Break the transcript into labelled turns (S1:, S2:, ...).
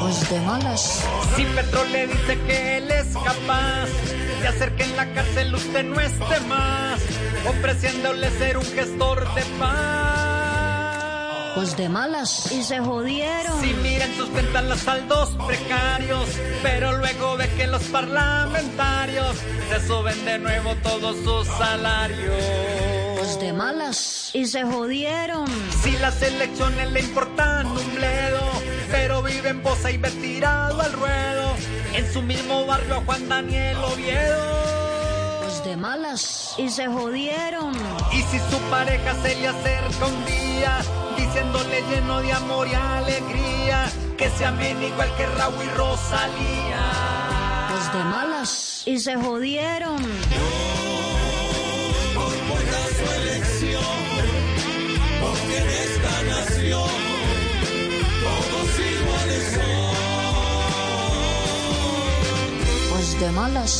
S1: Pues de malas.
S2: Si Petro le dice que él es capaz de hacer que en la cárcel usted no esté más, ofreciéndole ser un gestor de paz.
S1: Pues de malas.
S3: Y se jodieron.
S2: Si miren, sustentan los saldos precarios, pero luego ve que los parlamentarios se suben de nuevo todos sus salarios
S1: Pues de malas
S3: y se jodieron.
S2: Si las elecciones le importan un bledo, pero viven Bosa y ver tirado al ruedo. En su mismo barrio a Juan Daniel Oviedo.
S1: Pues de malas
S3: y se jodieron.
S2: Y si su pareja se le acerca un día, diciéndole lleno de amor y alegría, que se amen igual que Raúl y Rosalía.
S1: Pues de malas
S3: y se jodieron.
S4: porque en esta nación todos iguales son.
S1: Pues de malas.